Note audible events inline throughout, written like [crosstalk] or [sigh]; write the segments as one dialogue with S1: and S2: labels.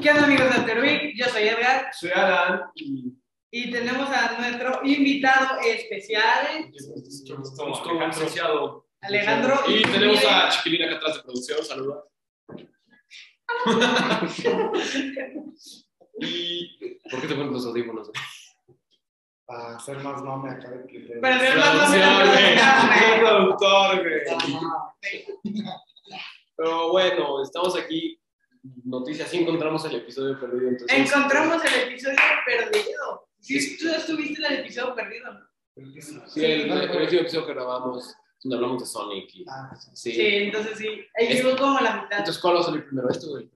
S1: ¿Qué onda amigos de Afterweek? Yo soy Edgar
S2: Soy Alan y
S1: y tenemos a nuestro invitado especial,
S2: mucho gusto,
S3: Gustavo
S2: Alejandro.
S3: Preciado.
S1: Alejandro.
S2: Y tenemos
S1: Miguel.
S2: a Chiquilina acá atrás de producción,
S1: [laughs]
S2: saluda. y
S3: ¿Por qué te pones los audífonos?
S4: Para hacer más mame acá de que
S1: Para hacer más mame.
S2: producción, güey.
S1: Carne.
S2: Qué productor, güey.
S4: Ah,
S3: Pero bueno, estamos aquí. Noticias, sí encontramos el episodio perdido. Entonces,
S1: Encontramos el episodio perdido. Sí, tú estuviste en el episodio perdido, ¿no?
S3: Sí, el, el último episodio que grabamos, donde hablamos de Sonic. y-
S4: ah, sí.
S3: sí.
S1: Sí, entonces sí. Ahí llegó como la mitad.
S3: Entonces, ¿cuál va a salir primero? Este, güey.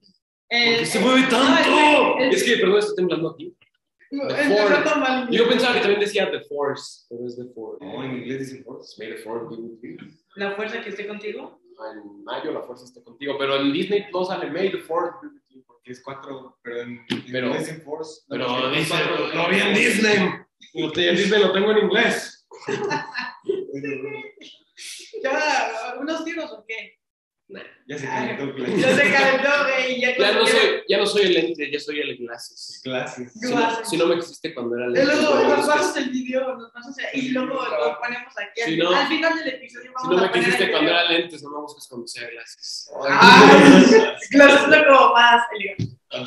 S1: El-
S3: Porque se mueve tanto.
S1: No, el- el-
S3: es que, perdón, estoy temblando aquí.
S1: empezó
S3: Ford.
S1: tan mal.
S3: Yo pensaba que también decía The Force, pero es The Force.
S4: No, en inglés dicen words.
S3: Oh, May the Force be with you.
S1: La fuerza que esté contigo.
S3: En mayo la fuerza esté contigo, pero en Disney Plus sale May the Force be with you.
S4: Porque es cuatro, pero en
S3: Pero-
S4: inglés dicen force.
S3: Pero
S4: no,
S3: lo
S4: porque es
S3: dice,
S4: cuatro.
S3: lo vi en Disney. Lo te- en Disney lo tengo en inglés.
S1: Ya, ¿unos tiros o qué?
S4: Ya se calentó
S1: Ya
S4: clases.
S1: se calentó, güey. Ya,
S3: Ya no soy, ya no soy el ente, ya soy el enlaces.
S4: Clases.
S3: Si no, si no me existe cuando era el
S1: Y luego
S3: enlaces,
S1: nos pasas el video, nos pasas el- y luego lo ponemos aquí.
S3: Si
S1: al-
S3: no-
S1: al final del episodio
S3: si
S1: vamos
S3: no me
S1: a poner
S3: quisiste
S1: el
S3: cuando
S1: video.
S3: era lentes, no me busques cuando sea enlaces.
S1: Ay, claro, es lo como más. el-
S3: [laughs] Como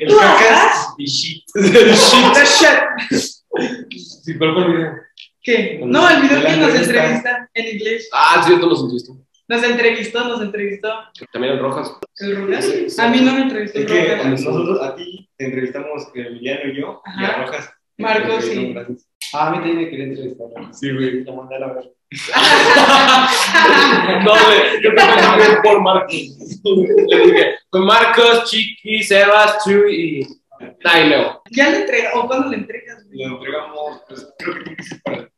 S3: el
S1: ¿Tú
S3: cacas y shit. El shit.
S1: The shot.
S3: Sí, ¿cuál fue el video?
S1: ¿Qué? No, el video
S4: La
S1: que nos
S4: entrevista.
S1: entrevista en inglés.
S3: Ah, sí, tú los sentiste.
S1: Nos entrevistó, nos entrevistó.
S3: También el Rojas.
S1: ¿El Rugas?
S4: Sí, sí.
S1: A mí no me entrevistó el
S4: Es que
S1: Rugas.
S4: cuando nosotros a ti te entrevistamos, Emiliano y yo, y
S1: Ajá.
S4: a Rojas.
S1: Marco, sí.
S4: No, gracias. Ah, a mí también me quería entrevistar.
S3: Sí, güey.
S4: La mandé a la ver.
S1: [laughs]
S3: [laughs] No, güey, yo creo que también por Marcos. Le dije, con Marcos, Chiqui, Sebas, Chu y Tyler.
S1: ¿Ya le entregas? ¿O cuándo le entregas? güey?
S4: Lo entregamos, pues creo que para el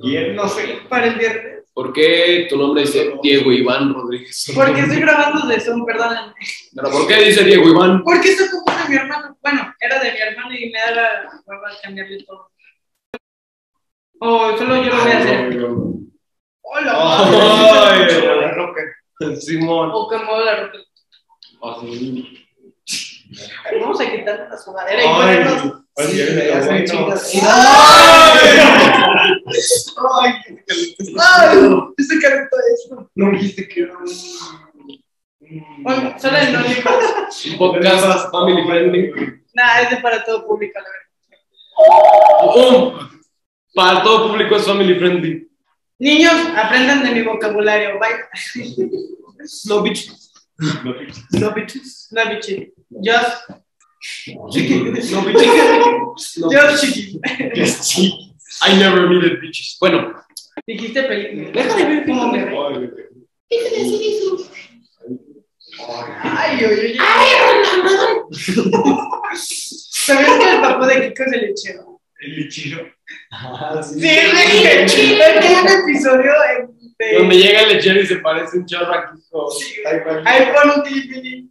S4: viernes, no sé.
S1: ¿Para el viernes?
S3: ¿Por qué tu nombre dice Diego Iván Rodríguez?
S1: Porque estoy grabando de Zoom, perdónenme.
S3: ¿Pero por qué dice Diego Iván?
S1: Porque se ocupó de mi hermano. Bueno, era de mi hermano y me da la hueva cambiarle todo. Oh, solo yo lo voy a hacer. Hola.
S3: Ay,
S1: madre.
S3: ay,
S4: La roca.
S3: Simón.
S1: O que mueva la ropa. Vamos a quitarle la sudadera y
S4: Ay,
S1: ponernos.
S4: ay,
S2: Sí,
S4: ay,
S2: me
S4: ay,
S2: hacen
S4: ay,
S2: chingas.
S4: ay, ay,
S1: ¡Ay! Este carrito esto.
S4: No dijiste que era un-
S1: Bueno, solo el no libro.
S3: Un podcast family friendly.
S1: Nada, es de para todo público, la verdad.
S3: Oh, para todo público es family friendly.
S1: Niños, aprendan de mi vocabulario. Bye.
S3: No bitches.
S1: No bitches. No bitches. Just,
S3: No bitches. No.
S1: just chiqui.
S3: I never needed bitches. Bueno,
S1: Dijiste película.
S3: Deja de ver
S1: cómo me ve. Ay, oye, oye. Ay, ¿Sabías que el papá de Kiko es el lechero?
S4: El Ichiro.
S1: Sí, güey. Es que hay un episodio en-
S3: donde
S1: de.
S3: llega el lechero y se parece un chorro aquí.
S1: Sí, güey.
S4: Ay, güey.
S1: Ahí pon un tilipili.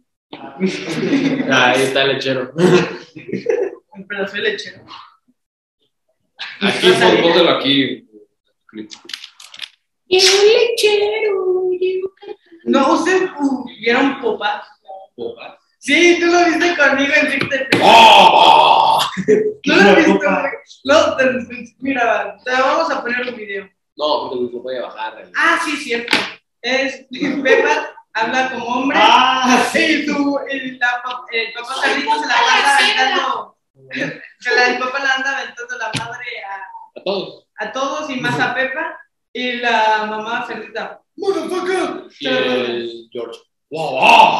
S3: Ahí está el lechero.
S1: Un pedazo de lechero.
S3: Aquí, pon- póntelo aquí.
S5: Llegó el lechero, llegó
S1: No, ustedes uh, vieron popa.
S3: ¿Popa?
S1: Sí, tú lo viste conmigo en Sixte.
S4: Ah,
S3: ¡Oh!
S1: No lo
S4: La
S1: viste,
S4: Popa.
S1: güey. No, te- mira, te vamos a poner un video.
S3: No, lo voy a bajar.
S1: Ah, sí, cierto. Es [laughs] Pepa habla como hombre. [laughs]
S4: Ah,
S1: Sí, tú, el, la, pa- el papá Carlitos se la anda aventando. [laughs] Se la, el papá la anda aventando la madre a,
S3: A todos.
S1: a todos y más a Pepa. Y la mamá Fernita.
S4: motherfucker.
S3: Y el George. ¡Wow!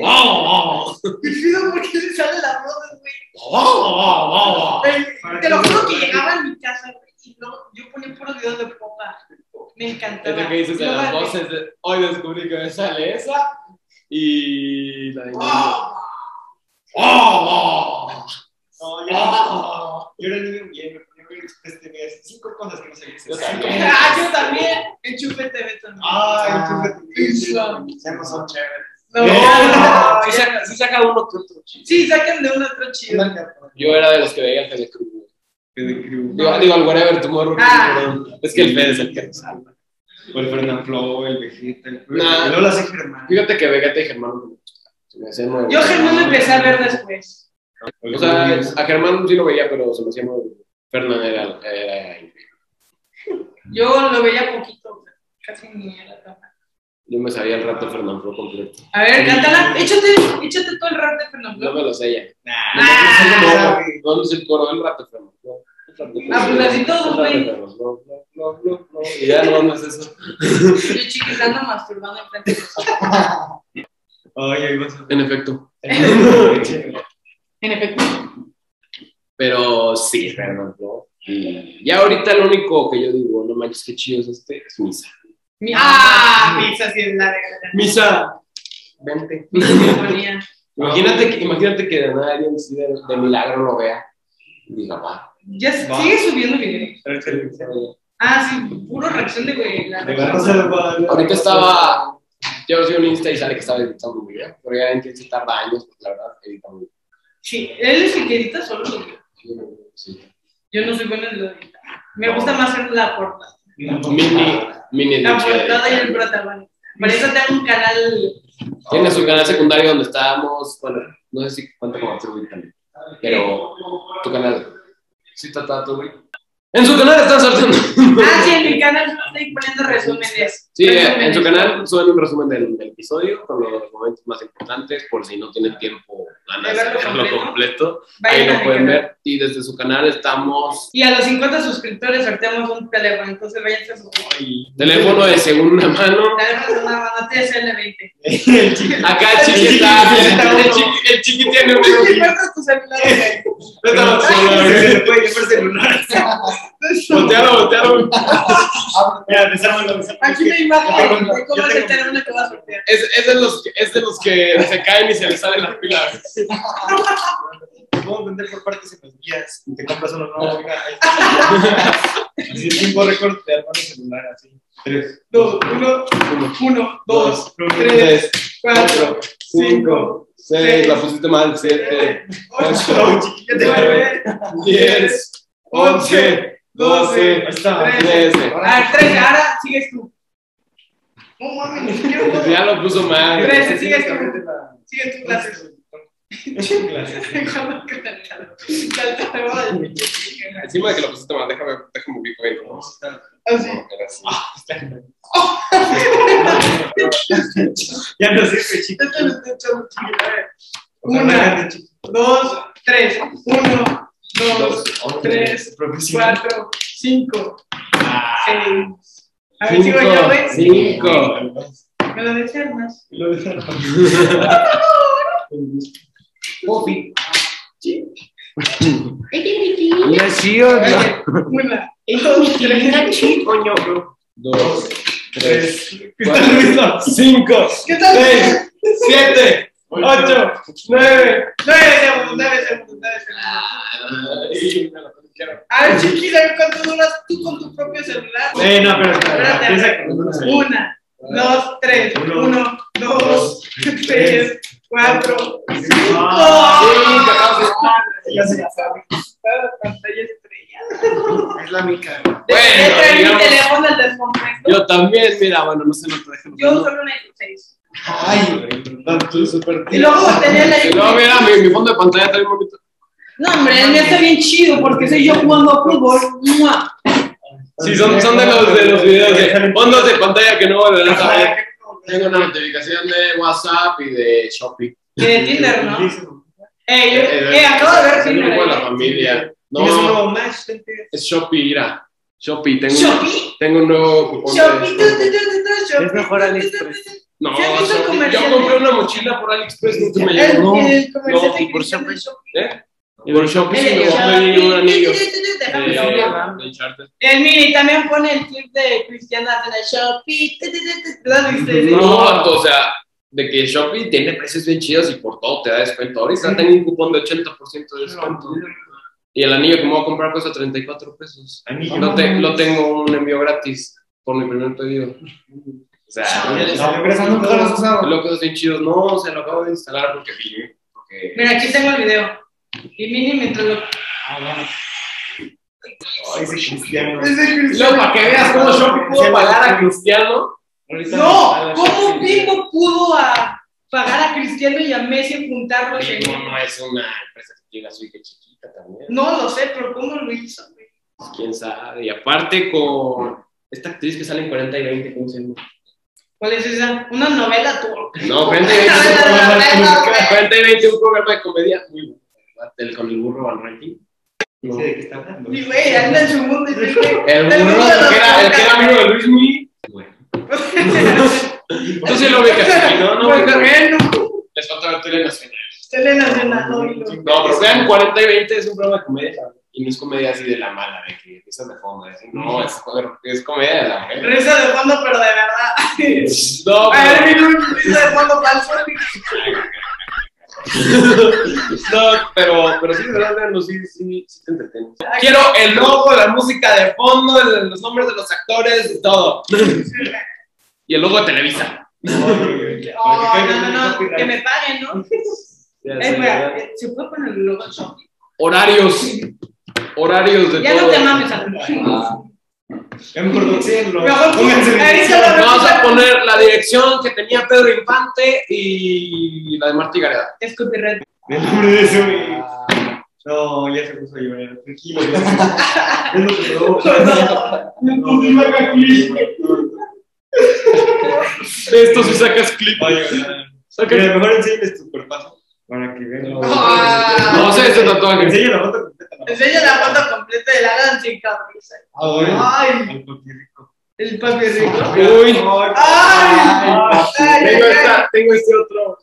S3: ¡Wow! ¡Wow!
S1: Te pido por qué le sale la voz, güey.
S3: ¡Wow! ¡Wow!
S1: Güey, Te lo juro que llegaba a mi casa, güey, y no, yo ponía puros videos de popa. Me
S3: Es
S1: encantaba.
S3: lo Este que dices de
S1: No
S3: las
S1: mames.
S3: voces. de- Hoy descubrí que me sale esa y la de
S1: ¡Wow!
S3: ¡Oh! ¡Oh!
S4: No, yo-
S3: ¡Oh!
S4: yo era niño y me ponía a ver express TV, así, cinco cosas que no sabía.
S3: Yo también.
S1: Ah, yo también. Enchufe TV Ah, también.
S4: Ay, entonces,
S1: Ah.
S4: ya no son chéveres.
S1: No,
S3: ¡Oh!
S1: ya no.
S3: [laughs] Sí saca- sí saca uno que otro chiste.
S1: Sí, saquen de un otro chido.
S3: Yo era de los que veía el Telecrew.
S4: Fede Cruz.
S3: Digo, digo, el Whatever Tomorrow.
S1: Ah.
S3: perdón. Es que el Fede es el que nos habla.
S4: O el Fernanfloo, el Vegeta, el
S3: Nah.
S4: el Hola, soy Germán.
S3: Fíjate que Vegeta y Germán. no me gustan. Me hacía nuevo.
S1: Yo Germán lo empecé a ver después.
S3: O sea, ah, a Germán sí lo veía, pero se me hacía nuevo. Fernán era, era increíble.
S1: Yo lo veía poquito, casi ni era tan.
S3: Yo me sabía el rato Fernán Flo completo.
S1: A ver, cántala, échate, échate todo el rap de
S3: No
S1: Fernando.
S3: me lo sé ya. No,
S1: Ah.
S3: no, no, no, no, el coro el rato Fernán Flo.
S1: Ah, pues así todos, güey.
S3: No, no, no, no, no. Y ya no, no es eso.
S1: Yo chiquitando masturbando enfrente de nosotros.
S4: Ay, ahí vas a
S3: [laughs] En efecto.
S1: En efecto.
S3: Pero sí, Fernán Flo. Y ya ahorita lo único que yo digo, no manches, qué chido es este, es misa.
S1: Mi- ah, pizza sí es la de
S3: Misa.
S1: [laughs]
S3: Vente.
S1: Sinfonía.
S3: Imagínate, que- imagínate que de nada alguien así de, de milagro lo vea. Y diga, va.
S1: Ya se-
S4: Va.
S1: sigue subiendo videos.
S4: De
S1: Ah, sí, puro reacción de güey. La
S4: verdad
S1: reacción.
S4: se lo va a dar.
S3: Ahorita estaba. Yo soy un Insta y sale que estaba editando un video. Pero ya ven que se tarda años, pues la verdad, editando.
S1: Sí, él es el que edita solo. güey.
S3: Sí.
S1: Yo no soy bueno en lo de editar. Me gusta más hacer la portada.
S3: Mini, mini
S1: La
S3: edición.
S1: portada y el protagonista. Para eso tengo un canal.
S3: Tiene su canal secundario donde estábamos. Bueno, no sé si cuánto como tú, güey, también. Pero tu canal. Sí, está todo, güey. En su canal están saltando.
S1: Ah, sí, en mi canal solo estoy poniendo resúmenes.
S3: Sí, eh,
S1: Resúmenes.
S3: en su canal suben un resumen del, del episodio con los momentos más importantes, por si no tienen tiempo ganas
S1: De
S3: de
S1: verlo
S3: verlo completo.
S1: Vayan
S3: Ahí
S1: a
S3: lo
S1: mi
S3: pueden
S1: canal.
S3: ver. Y desde su canal estamos.
S1: Y a los 50 suscriptores sorteamos un teléfono, entonces vayan a suscribir.
S3: Teléfono de segunda mano.
S1: Teléfono de una banda
S3: [laughs]
S1: TSL20.
S3: Acá
S1: [laughs]
S3: el chiqui está. El chiqui, el chiqui tiene un.
S1: ¿Tú te guardas tu celular? güey?
S2: Vétalo,
S4: Se puede
S3: [laughs]
S4: llevar celular.
S2: Voltealo, voltealo.
S4: Mira, desármalo, desármalo.
S1: [laughs] Aquí me imagen
S4: Yo
S1: de cómo es el
S4: tengo-
S1: teléfono que vas a sortear.
S3: Es, es, de los, que- es de los que se caen y se les salen las pilas.
S4: Te puedo vender por partes en los días. Te compras uno nuevo. oiga, ahí está. Así es tiempo récord te arman el celular. Así. Tres,
S1: Dos, uno, uno, dos, tres,
S3: Tres,
S1: cuatro, cinco,
S3: seis, la pusiste mal, siete,
S1: ocho, nueve,
S3: diez, once, doce,
S4: Ahí está.
S3: trece.
S1: a ver, trece, Ah, ahora sigues tú. No mames, ni siquiera puedo.
S3: Ya lo puso mal.
S1: Trece, sigues tú. Sigue tu clase. Cuando cantaba, cantaba de-
S3: Encima de que lo pusiste mal, déjame, déjame ubico bien cómo es.
S1: Así.
S3: Era así.
S4: Ah, Ya no sirve, chica.
S1: Esto lo estoy echando chiquito, a ver. Una, dos, tres. Uno, dos, tres,
S4: Profesional.
S1: cuatro, cinco, seis. A ver, sigo yo, güey.
S3: Cinco.
S1: Me lo deseas más.
S4: Lo desarmas.
S3: Popi.
S5: Ay,
S3: Una sí o
S1: Oye, Una, dos, tres.
S3: coño, bro. Dos, tres,
S4: Tres.
S3: cuatro, cinco,
S1: ¿Qué tal?
S3: seis, siete, ocho, nueve.
S1: Nueve segundos, nueve segundos, nueve segundos. A ver, chiquita, ¿cuánto duras tú con tu propio celular?
S4: Eh, no, pero espera,
S1: Espérate.
S4: piensa que no sé.
S1: Una, dos, tres.
S4: Uno,
S1: Uno, dos, tres, cuatro,
S4: Ah,
S1: cinco.
S4: Ya se la sabe.
S1: Pantalla estrellada.
S4: Es la
S1: He
S4: mica.
S3: Bueno,
S1: traído mi
S3: digamos,
S1: teléfono al descompuesto.
S3: yo también, mira, bueno, no se nota, déjalo.
S1: Yo solo me seis.
S4: Ay, tú súper.
S1: Y luego tenía la
S3: Si no, mira, mi, mi fondo de pantalla está bien bonito.
S1: No, hombre, el mío está bien chido porque soy yo jugando a fútbol. ¡Mua!
S3: Sí, son, son de, los, de los videos de fondos de pantalla que no volverás a ver. Tengo una notificación de WhatsApp y de Shopee.
S1: De Tinder, ¿no? Eh, yo, eh, acabo de ver
S3: Es el
S1: Tinder.
S3: grupo de la
S1: eh.
S3: familia.
S4: ¿Tienes un
S3: No,
S4: nuevo match? Tente.
S3: es Shopee, mira. Shopee, tengo,
S1: ¿Shopee?
S3: tengo un nuevo cupón. de
S1: Shopee, tu, tu,
S3: descuento.
S1: tu, tu, tu, Shopee,
S6: Es mejor
S1: tu, tu,
S6: AliExpress.
S1: tu, tu, tu.
S3: No,
S1: ¿Sí has visto el
S3: Shopee.
S1: comercial?
S3: yo compré una mochila por AliExpress, nunca me
S1: El,
S3: llegó.
S1: el comercial
S3: No,
S1: de
S6: por
S1: Cristian de
S6: Shopee.
S3: ¿Eh? Y por Shopee
S1: El
S3: me
S1: de
S3: voy a pedir un Eh,
S1: Shopee,
S3: ah. anillo.
S1: tu, tu, tu, tu, déjame
S3: de-
S1: ver.
S3: de Uncharted.
S1: El mini también pone el clip de Cristiana de la Shopee. tu, tu, tu, tu. ¿Lo has visto? ese?
S3: No, vato, o sea, de que Shopee tiene precios bien chidos y por todo te da descuento. Ahorita tengo un cupón de 80% de descuento. Y el anillo que me voy a comprar cuesta 34 pesos.
S4: Anillo.
S3: Lo, te- lo tengo un envío gratis por mi primer pedido. O sea,
S4: No, pero esas nunca las has usado.
S3: lo que es bien chido. No, se lo acabo de instalar porque pillé. Porque...
S1: Mira, aquí tengo el video. Y mini mientras lo.
S4: Ay, ese cristiano.
S3: Luego, para que veas cómo Shopee pudo pagar a Cristiano.
S4: Ahorita
S1: No,
S4: a la-
S1: ¿cómo Bingo pudo a pagar a Cristiano y a Messi en juntarlos en.
S3: Digo, no es una empresa que tiene así que chiquita también.
S1: No lo sé, pero ¿cómo lo hizo, güey?
S3: Pues, Quién sabe. Y aparte con esta actriz que sale en 40 y 20, ¿cómo se llama?
S1: ¿Cuál es esa? Una novela turca.
S3: No, [laughs] 40 y 20 es un programa, 40 y 20 es un programa de comedia muy bueno. ¿verdad? El con el burro Van Ranking.
S4: No sé de qué está hablando.
S1: Y güey, anda en su mundo y dice que.
S3: El burro, el que era, el que era amigo de Luis Miguel. Bueno. [laughs] Tú sí lo [laughs]
S1: [laughs]
S3: ubicas, güey, ¿no? No,
S1: Pues,
S3: ubicas bien. Les falta ver Tele Nacional. No, pero vean 40 y 20 es un programa de comedia. Y no es comedia así de la mala, de que empiezas de fondo. de decir, no, es, es comedia de la mujer.
S1: Risa de fondo, pero de verdad.
S3: No,
S1: A ver,
S3: pero,
S1: mi Luz, risa de fondo
S3: [laughs]
S1: falso.
S3: no, pero, pero sí, de verdad, véanlo, sí, sí, sí te entretiene. Quiero el logo, la música de fondo, el- los nombres de los actores, todo. Y el logo de Televisa.
S1: Oh, no, no, no, que me paguen, ¿no?
S3: Ya
S1: Eh,
S3: sé,
S1: espera,
S3: ¿verdad?
S1: eh, ¿se puede poner el logo en Shopee?
S3: Horarios. Horarios de
S1: Ya
S3: todo.
S1: no te mames, Alfredo.
S3: Ah.
S4: Ya mejor doxéenlo.
S1: Mejor tú,
S4: Pónganse en
S1: ahí
S4: el-
S1: se lo
S3: Vamos a
S1: repitan.
S3: poner la dirección que tenía Pedro Infante y la de Martí Gareda.
S1: Es copyright.
S4: El nombre de ese güey. No, ya se puso a llorar. Tranquilo, ya. Es lo que probó. No, no, no.
S3: De esto si sacas clip.
S4: Oye, oye,
S3: Saca-
S4: Mira, mejor enséñales tu cuerpazo para que vean. los-
S1: Ah.
S3: No sé, ese tatuaje.
S4: Enseña la foto completa. ¿no?
S1: Enseña la foto completa de la gran sin camisa.
S4: Ah, bueno.
S1: Ay,
S4: Al papirico.
S1: el papi rico.
S3: Uy.
S1: Ay, ay,
S3: Tengo,
S1: ay.
S3: esta- tengo este otro.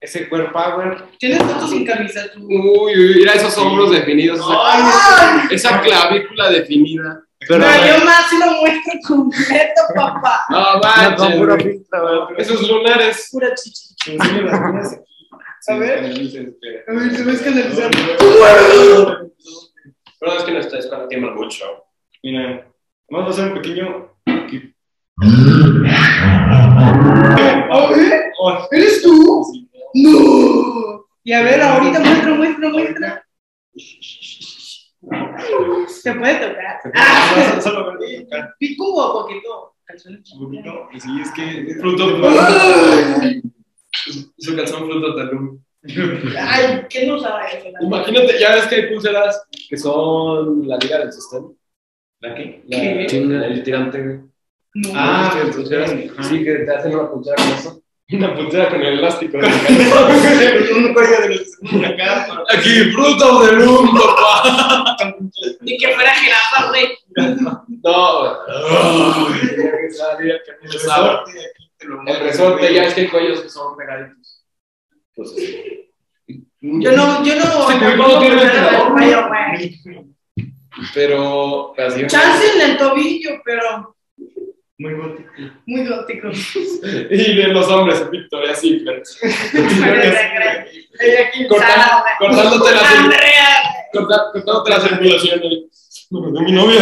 S3: Ese cuerpo
S4: ah,
S3: power.
S1: ¿Tienes fotos sin camisa tú?
S3: Uy, uy, mira esos hombros definidos. Esa,
S1: Ay,
S3: esa clavícula definida.
S1: pero
S3: Pero.
S1: yo más lo muestro completo, papá.
S3: No manches, güey.
S4: Esos
S3: Esos lunares.
S1: Pura chichi.
S4: enseño las uñas aquí.
S1: A ver. A ver, tenemos que analizar.
S3: Pero es que no está esperando tiembla mucho.
S4: Mira, vamos a hacer un pequeño.
S1: A ver,
S4: Oh.
S1: ¿Eres tú? No. Y a ver, ahorita muestra, muestra, muestra. Se puede tocar. Ah.
S4: Ah, Solo- Solo ver de acá,
S1: [laughs] Pico o poquito. Calzones.
S4: un poquito. Y sí, es que es fruto.
S3: Su calzón fruta talum.
S1: Ay, ¿qué no sabe eso? la verdad?
S3: Imagínate, ya ves que hay pulseras que son la liga del sistema. ¿La qué? La
S1: ¿Qué?
S3: chinga, el tirante, güey.
S1: No.
S4: Ah,
S3: ¿Viste pulseras?
S4: ajá.
S3: Sí, que te hacen una pulsera con eso. Una pulsera con el elástico. [laughs]
S4: [laughs] Un cuello de los. acá, para-
S3: Aquí, frutos del mundo, papá.
S1: Ni que fuera jirafa, güey.
S3: No, güey.
S4: El resorte, aquí te lo
S3: El resorte, ya es que hay cuellos que son pegaditos. Pues sí.
S1: [laughs] Yo no, yo no.
S3: Este cubículo
S1: tampoco
S3: tiene
S1: me da
S3: ventilador,
S1: vergüenza, güey.
S3: Pero. así-
S1: Chance en el tobillo, pero
S4: Muy gótico.
S1: muy gótico. [laughs]
S3: Y de los hombres, Victoria Secret.
S1: Ella aquí
S3: Corta-
S1: insana, güey.
S3: cortándote la cel-
S1: Andrea,
S3: corta- cortándote la circulación. ahí. No, de mi novia.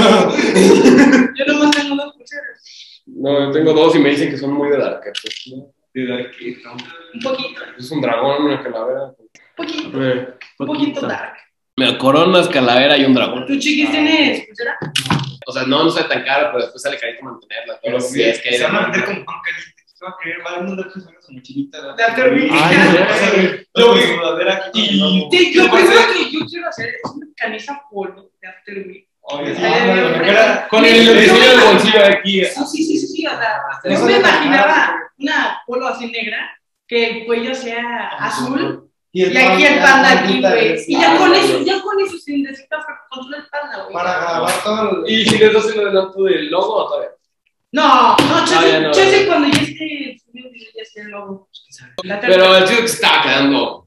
S1: yo nomás tengo dos pulseras.
S3: No, yo tengo dos y me dicen que son muy de dark. pues, ¿no?
S4: De darquito.
S1: Un poquito, un
S3: Es un dragón, una calavera.
S1: poquito,
S3: Eh,
S1: un poquito dark.
S3: Me coronas, calavera y un dragón.
S1: ¿Tú pues, chiquis tienes pulsera?
S3: O sea, no, no sale tan caro, pero después sale carito mantenerla. Pero sí, es que.
S4: se van a meter con pan caliente. Se va a querer, va a dar una persona su mochilita. la-
S1: De Afterbeat.
S3: Ay,
S4: Vas a ver,
S3: Yo
S4: con
S3: vi-
S4: su sudadera aquí.
S3: y-
S4: con-
S1: Sí, yo
S3: ¿Qué
S1: creo
S3: pasa?
S1: que yo quiero hacer es una camisa polo de Afterbeat.
S4: Oye, sí,
S1: Ay,
S4: bueno,
S1: Dios,
S4: me queda-
S3: Con el diseño del bolsillo de aquí.
S1: Sí, sí, sí, sí, sí, o sea, yo me imaginaba una polo así negra, que el cuello sea azul. Y aquí el panda aquí, güey. Y ya con eso, ya con eso, sin necesitas controlar el panda, güey.
S4: Para grabar todo el.
S3: Y si les das el adelanto del logo, ¿o todavía.
S1: No, no, Chelsea,
S3: Ah, ya no,
S1: Chelsea
S3: ya.
S1: cuando ya esté subido, ya esté el logo. La tercera-
S3: Pero el chico que se estaba quedando.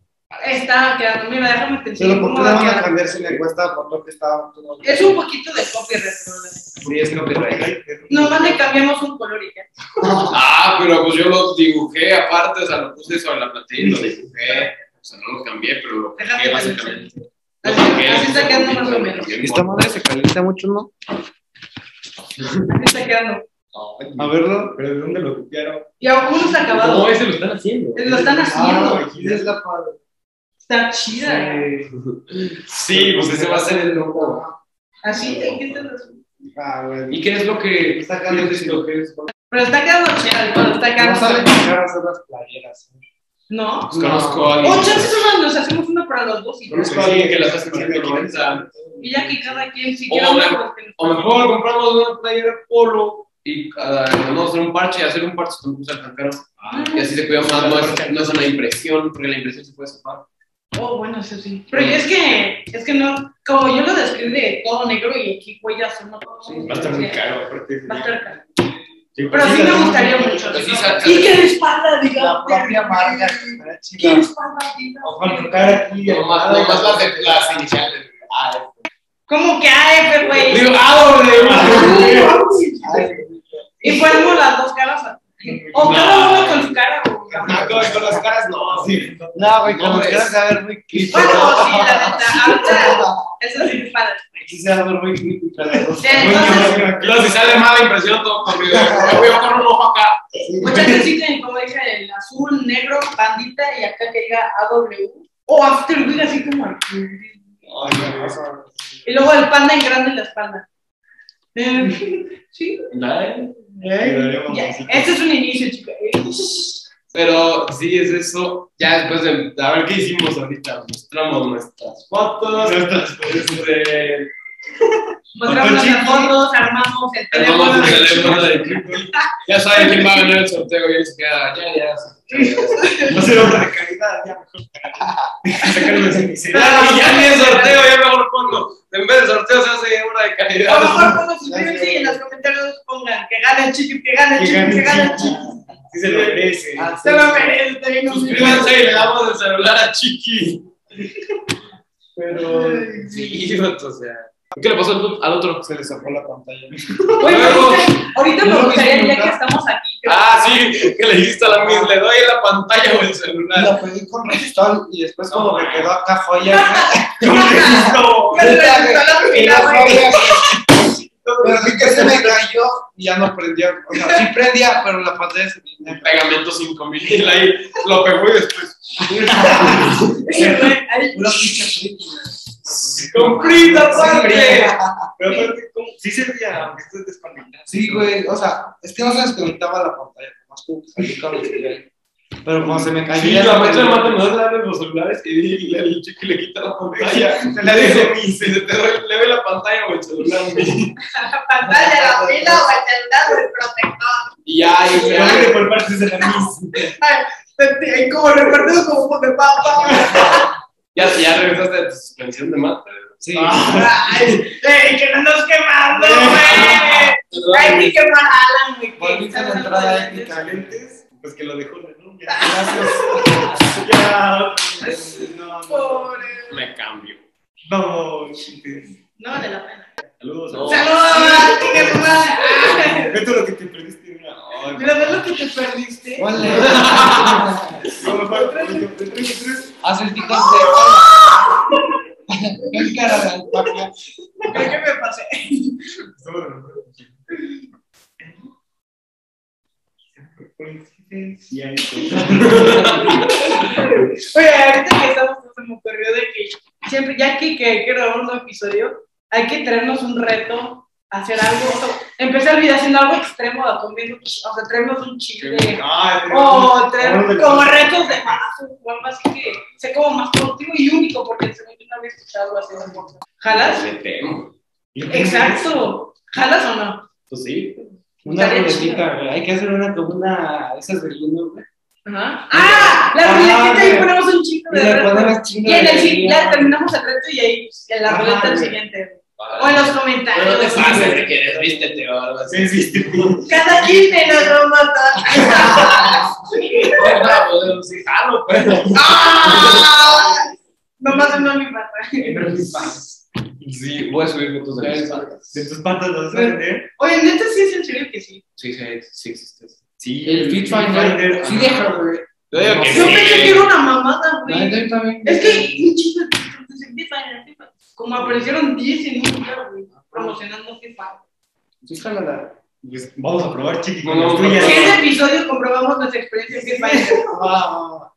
S1: Está quedando, mira, déjame te
S4: Pero
S1: enseño
S4: ¿por
S1: cómo
S4: qué
S1: va
S4: la
S1: a
S4: van a
S1: quedar.
S4: cambiar si me cuesta por lo que estaba?
S1: Es un poquito de copyright, pero la neta.
S3: Sí, es copyright.
S1: Nomás le cambiamos un color y ya.
S3: Ah, pero pues yo lo dibujé aparte, o sea, lo puse sobre la plantilla y lo dibujé. O sea, no lo cambié, pero lo
S1: Déjame
S3: dibujé
S1: te
S3: básicamente.
S1: enseño.
S3: Lo
S1: Así,
S3: dibujé,
S1: así está
S3: lo
S1: quedando
S3: cambié,
S1: más o menos.
S3: lo
S6: Esta
S3: cambié.
S6: madre se calienta mucho, ¿no?
S1: Así está quedando.
S4: A verlo, pero ¿de dónde lo copiaron?
S1: Y aún no está acabado.
S3: No, ese lo están haciendo.
S1: Lo están haciendo.
S4: Ah, aquí es la padre.
S1: Está chida. güey.
S3: Sí, pues ese va a ser el logo.
S1: Así, hay que hacerlo así.
S4: Ah, güey.
S3: ¿Y qué es lo que
S4: Está quedando
S3: qué es lo que es?
S1: Pero está quedando chida, el color, está
S4: No
S1: quedando.
S4: saben dejar hacer las playeras. ¿eh?
S1: ¿No?
S3: Pues conozco a
S1: O
S3: alguien.
S1: chances ¡Oh, es donde nos hacemos una para los dos y,
S3: Pero es
S4: Conozco a alguien
S3: que las
S4: se
S3: hace
S4: pone
S3: con
S4: aquí,
S3: esa-
S1: y ya que cada quien si
S3: O
S1: quiere una
S3: la-
S1: porque nos-
S3: O mejor compramos una playera polo y cada uno hacer un parche, hacer un parche con un saltanquero.
S1: Ah,
S3: Y así se cuida más, no es, no es una impresión, porque la impresión se puede zafar.
S1: Oh, bueno, eso sí. Pero es que, es que no, como yo lo describí de todo negro y aquí huellas son no todo.
S4: Va a estar muy caro, aparte.
S1: Va a estar caro.
S4: Sí,
S1: Pero sí me
S4: las-
S1: gustaría mucho.
S3: Pues sí,
S1: ¿no?
S3: sa-
S1: Y que de espalda,
S2: La
S1: digamos.
S2: propia marca.
S1: Que de espalda,
S4: Ojo, al
S1: digamos.
S4: tocar aquí.
S3: Nomás, nomás las de las iniciales.
S1: Como que AF, güey.
S3: Digo, AW.
S1: Y ponemos las dos caras. a- O cada uno con su cara. o-
S4: Ah, con- con las caras, no. Sí.
S2: No, güey,
S3: No,
S2: como
S3: es-
S2: quieras saber muy crítico.
S1: Bueno, sí, la neta. ahorita, Eso sí, es padre.
S4: Sí, se va a ver muy crítica la cosa.
S1: Sí, entonces-
S3: Los si sale mala impresión, todo conmigo. Me voy a poner un ojo acá.
S1: Muchas veces sí tienen, como dije, el azul, negro, bandita y acá que diga AW. O after, diga así como. aquí.
S4: Ay, no, eso-
S1: Y luego el panda en grande en la espalda. Eh, [laughs] sí,
S4: Quedaríamos
S1: ya.
S4: así.
S1: Este es un inicio, chicos.
S3: Pero sí, es eso. Ya después de. A ver qué hicimos ahorita. Mostramos nuestras fotos.
S4: Nuestras
S3: Este,
S1: Mostramos nuestras Pues fotos, armamos el
S3: Armamos
S1: teléfono. [laughs]
S3: el teléfono de Kiko. Ya saben quién va a ganar el sorteo. Ya se queda. ah, Ya, ya.
S4: No se va a recaída, ya mejor. Sacarlo de cenicero.
S3: Ya, ya ni el sorteo, ya mejor pongo. En vez de sorteo, se hace una de
S1: A lo mejor
S3: calidad.
S1: pongan suscríbanse y en los comentarios pongan que gane Chiqui, que gane
S4: Que
S1: Chiqui,
S4: gane
S1: que gane
S4: Chiqui.
S1: Chiqui.
S4: Sí se lo merece.
S1: Se lo merece, también no
S3: Suscríbanse y le damos el celular a Chiqui.
S4: Pero.
S3: Sí, vato, o sea. ¿Qué le pasó al tu- al otro?
S4: Se le zafó la pantalla.
S1: Oye,
S3: Luego-
S1: ahorita- ahorita me
S4: Luego
S1: gustaría, ya
S4: disfrutar.
S1: que estamos aquí, que-
S3: Ah, sí, que le dijiste a la Miss, le doy en la pantalla o el celular.
S2: Lo pedí con Restol y después como que quedó acá joya.
S1: [laughs]
S4: ¡No!
S1: Me reventó la
S2: Y la
S1: primera, güey.
S2: joya.
S4: [laughs]
S2: Pero sí que se me cayó y ya no prendió. O sea, sí prendía, pero la pantalla se me
S3: Pegamento 5000 ahí, lo pegó y después.
S1: Ese güey, ahí.
S2: Unos pinches frikis.
S3: ¡Complita
S2: Sí,
S3: parte!
S4: Pero aparte, ¿cómo? Sí servía, aunque estés desconectado.
S2: Sí, güey, o sea, es que no se desconectaba la pantalla, nomás como que salí con los que- Pero como se me cayó.
S3: Sí, pues,
S2: ya
S3: la
S2: no
S3: maestra
S2: prendí.
S3: mata nos da los celulares y di- y le, el chico le quita la pantalla.
S4: Se
S3: Le
S4: la
S3: dice,
S4: dice.
S3: "Miss", y se te doy, le doy la pantalla o el celular. Miss".
S1: La pantalla, la pila o el celular o el protector.
S3: Y ya, y
S4: Pero
S3: ya.
S4: aparte, por parte de la Miss.
S1: Ay, este, ahí como recortado como de papa.
S3: Ya, ya regresaste de tu suspensión de mata.
S2: Sí.
S1: Ah. Ay, ey, que no nos quemando, güey. Ay, sí, quemar a Alan, güey. que
S2: Volviste a la
S1: está
S2: entrada eh,
S1: hablando de-
S2: épica.
S4: Calientes, pues que lo dejó la novia. Gracias. Ya. No, no.
S1: Pobre.
S3: Me cambio.
S4: No, chistes.
S1: No vale la pena.
S4: Saludos.
S3: No.
S1: Saludos, chinga tu madre.
S4: Esto es lo que te perdiste mira. Ay,
S1: Mira, ve Ah. lo que te perdiste.
S2: Ole.
S4: no, no, no, no, no, no.
S2: Haz el TikTok
S3: Ah,
S2: de. El cara de alpaca.
S1: Creo que me pasé.
S4: Coincidencia.
S1: Oye, ahorita que estamos, se me ocurrió de que siempre, ya que, que, que grabamos un episodio, hay que traernos un reto, hacer algo. o sea, empezar el video haciendo algo extremo, o comiendo, o sea, traernos un chile. Oh,
S4: Ah, te-
S1: O traer
S4: Órale.
S1: como retos de más, o algo así que sea como más productivo y único, porque según yo no había escuchado hacer un podcast. ¿Jalas?
S3: Le temo.
S1: Exacto. ¿Jalas o no?
S3: Pues sí.
S2: Una
S1: Estaría
S2: ruletita, güey. Hay que hacer una como una. Esas de Lino, güey.
S1: Ajá. ¡Ah! La
S2: Ah,
S1: ruletita y
S2: güey.
S1: ponemos un chico
S2: Y
S1: de
S2: le
S1: reto.
S2: ponemos chingo
S1: Y en
S2: de
S1: el sí,
S2: comida.
S1: ya terminamos el reto y ahí en la
S2: Ajá,
S1: ruleta el
S2: güey.
S1: siguiente. O en los comentarios.
S3: Pero no te pases de que desvístete o algo así.
S4: Sí, sí,
S3: [laughs]
S4: sí.
S1: Cada 15 nos lo mata.
S3: No, sí, jalo, pues.
S1: ¡Ah! Nomás uno me mata.
S3: Sí, voy a subir fotos de mis
S4: De tus patas las vas a vender.
S1: Oye, neta, sí es en serio que sí.
S3: Sí, sí, sí existe.
S4: Sí.
S2: El Fit Finder. Sí, deja, güey.
S3: Yo digo que
S1: Yo pensé que
S3: sí.
S1: era una mamada,
S2: La neta,
S1: güey.
S2: yo también.
S1: Es que un chingo de TikToks en FIFA, en FIFA. Como aparecieron 10 en un día, güey, promocionando FIFA.
S2: Sí, jálala.
S4: Pues vamos a probar, chiqui. con
S3: No,
S4: las
S3: no,
S4: tuyas.
S3: no.
S1: 100 episodios comprobamos nuestra experiencia en FIFA.
S2: Ah,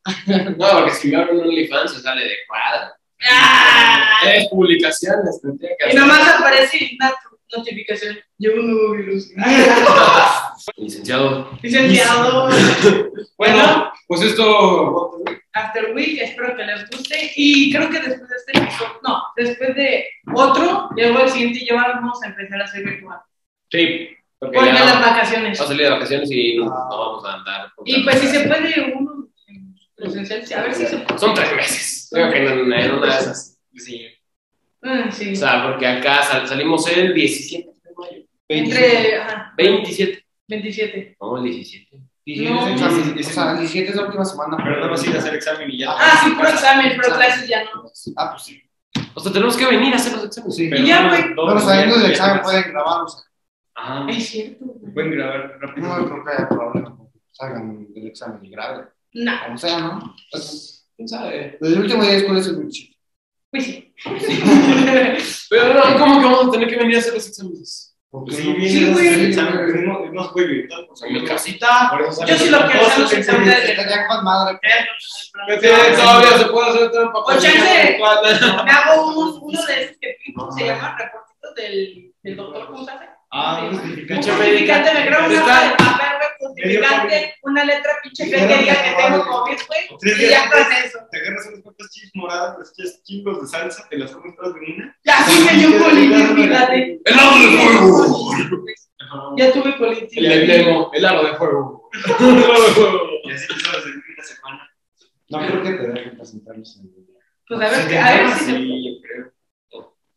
S3: No, porque si me abro un OnlyFans se sale de cuadra.
S1: ¡Ah!
S3: Tres publicaciones tendría que
S1: Y
S3: hacer.
S1: nomás aparece Natu. Notificación. Llegó un nuevo virus.
S3: Licenciado.
S1: Licenciado.
S3: Bueno, pues esto.
S1: After Week, espero que les guste. Y creo que después de este episodio, no, después de otro, luego el siguiente y ya vamos a empezar a hacer virtual.
S3: Sí. Porque
S1: Porque
S3: ya
S1: las
S3: vamos
S1: vacaciones.
S3: a salir de vacaciones y no, no vamos a andar.
S1: Y pues si se puede uno en presencial, a ver si se puede.
S3: Son tres meses. Creo que en, en una de esas. Sí.
S1: Ah, sí.
S3: O sea, porque acá sal- salimos el 17 de mayo.
S1: Entre, ajá,
S3: 27.
S1: 27.
S3: No, el 17.
S1: No.
S2: O sea, el 17 es la última semana.
S4: Pero no nos ir a hacer examen y ya.
S1: Ah, sí, pro examen, pro clases ya no.
S2: Ah, pues sí.
S3: O sea, tenemos que venir a hacer los exámenes.
S2: sí.
S4: Pero
S1: Y ya,
S4: no,
S1: güey.
S4: todos
S2: Pero
S4: los
S2: saliendo
S4: días
S2: del examen
S4: viernes.
S2: pueden grabar, o sea,
S3: Ah,
S1: Es cierto. güey.
S4: Pueden grabar rápido.
S2: no creo que haya problema. con que Salgan del examen y graben.
S1: No,
S2: Como sea, ¿no? Pues,
S3: quién sabe.
S2: desde el último día de escuela es el chido.
S1: pues sí.
S3: Pero no, ¿cómo que vamos a tener que venir a hacer los exámenes?
S2: Porque
S4: Sí,
S2: no-
S4: bien,
S1: Sí, güey.
S4: el examen, uno- uno es muy virtual, por
S3: En mi
S4: supuesto.
S3: casita.
S4: Por eso
S1: Yo
S2: Ah,
S4: salen
S1: sí lo quiero
S4: todos
S1: hacer los
S4: los
S1: exámenes de
S2: Está ya con madre.
S3: Que tiene- Todavía se puede hacer todo el papel.
S1: O pues, chance.
S3: ¿Cuál?
S1: Me hago un- uno de esos que ¿cómo se llama reportitos del, del doctor, ¿cómo se hace?
S4: Ah, un
S1: Un
S4: justificante.
S1: justificante, me creo una hoja de
S3: Está-
S1: papel, güey, justificante, una letra pinche que que diga que tengo COVID, güey,
S4: Tres
S1: y ya
S4: días
S1: con
S4: antes,
S1: eso.
S4: Te agarras unas cuantas chips moradas, los chips chingos de salsa, te las comes todas de una.
S1: Ya sí me dio colitis, fíjate.
S3: El aro de fuego.
S1: Ya tuve colitis.
S3: El del demo. El aro de fuego. El aro de fuego.
S4: Y así te sabes en una semana.
S2: No creo que te dejen presentarlos en el día.
S1: Pues a ver,
S4: Si te
S1: a ver
S4: enfermas,
S1: si se...
S4: Sí, yo creo.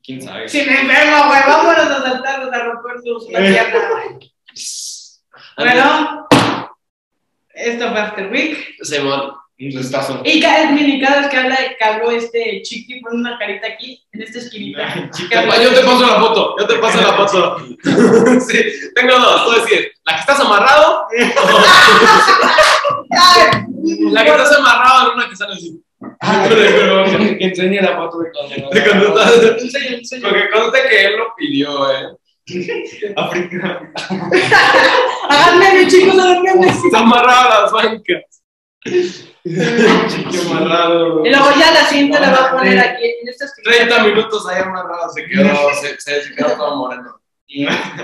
S3: ¿Quién sabe?
S1: Si me enfermo, güey, vámonos a saltar los aeropuertos,
S3: Eh.
S1: la tierra, güey. Bueno, esto fue After Week.
S3: Simón, un gustazo.
S1: Y cada vez mini, cada vez que habla, cagó este chiqui, pone una carita aquí, en esta esquinita.
S4: Chica,
S3: Ah, Yo te paso la foto, yo te paso la [laughs] foto. Sí, tengo dos, tú decides. La que estás amarrado,
S1: ¡Ay!
S3: la que estás amarrado en una que sale así. Ah. [laughs] De
S2: [laughs] Que enseñe Ah, la foto de cuando.
S3: cuando estás-
S1: Enseña, enseña.
S3: Porque conste que él lo pidió, eh.
S4: África.
S1: Háganme, mi chicos, háganme.
S3: Está amarrado a las bancas.
S4: Chico amarrado.
S1: Y luego ya la siguiente la va a poner aquí, en esta esquinita.
S3: 30 minutos ahí amarrado, se quedó, se, se, se quedó todo moreno.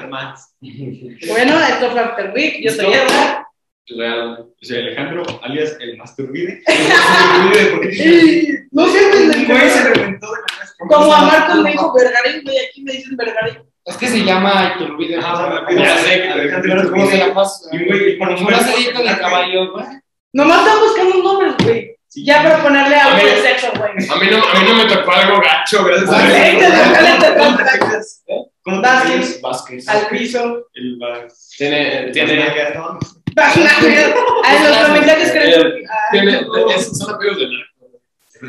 S4: Más.
S1: Bueno, esto fue After Week, yo soy Edra.
S3: Real.
S4: Yo soy Alejandro, alias [laughs] el Masturbide. Masturbide, porque dije,
S1: No sirven
S4: "El güey se reventó de la casa.
S1: Como a Marco me dijo Vergarín, güey, aquí me dicen Vergarín.
S2: Es que se llama Iturbide.
S4: Ajá,
S2: ¿no?
S4: rápido.
S3: Ya sé que te
S4: Alejandro
S2: ¿Cómo se
S4: Iturbide.
S2: llama?
S4: Y un güey, por
S2: Un asadito de caballo, güey.
S1: Nomás están buscando nombres, güey.
S4: Sí.
S1: Ya para ponerle algo
S3: A
S1: de
S3: ver.
S1: sexo, güey.
S3: A mí, no, a mí no me tocó algo gacho, gracias a Dios.
S1: Vale, te
S4: ¿Cómo
S1: toca,
S4: te llamas? ¿Cómo te llamas?
S1: Vázquez, [laughs]
S2: Vázquez.
S1: al piso.
S4: El Max.
S3: Tiene, tiene,
S1: A los comentarios creen.
S3: tiene, es- son amigos de narco.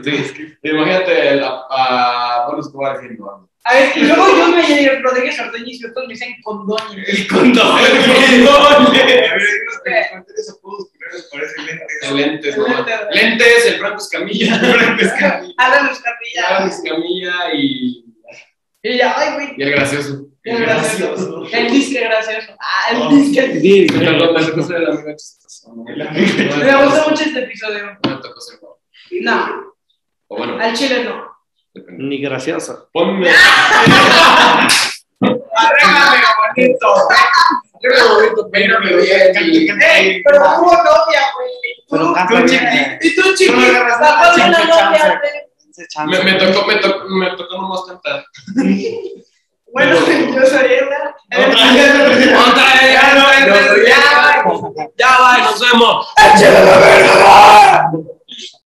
S3: Sí, imagínate la- a Pablo Escobar haciendo algo.
S1: A ver, y luego yo me Rodríguez Ordeña y otros me dicen condoño.
S4: El condón.
S3: [laughs] El condón. Lentes, ¿no? Lentes, el Franco Escamilla. Franco Escamilla.
S1: Hagan los capillas.
S3: Franco Escamilla y,
S1: Y ya, ay, güey.
S3: y el gracioso.
S1: Qué gracioso. El disque gracioso. Ah, el disque.
S3: Pero lo- las cosas de la vida chistosas, ¿no?
S1: Me gusta mucho este episodio.
S3: No me tocó ser guapo.
S1: No,
S3: O bueno,
S1: al chile no.
S3: depende.
S2: Ni gracioso.
S3: Ponme.
S1: Arréglame,
S3: bonito. Arréglame bonito, peíname bien.
S1: Ey, pero hubo novia, güey. Tú- Y tú, chiqui,
S4: Solo agarras
S1: la
S4: la
S1: ponle la
S2: chiqui
S1: novia,
S2: chanza.
S1: güey.
S3: Me, me tocó, me tocó, me tocó nomás cantar.
S1: Bueno, [laughs] yo soy Edna. [laughs]
S3: Otra vez, ya, no, ya, ya, ya, va, nos vemos.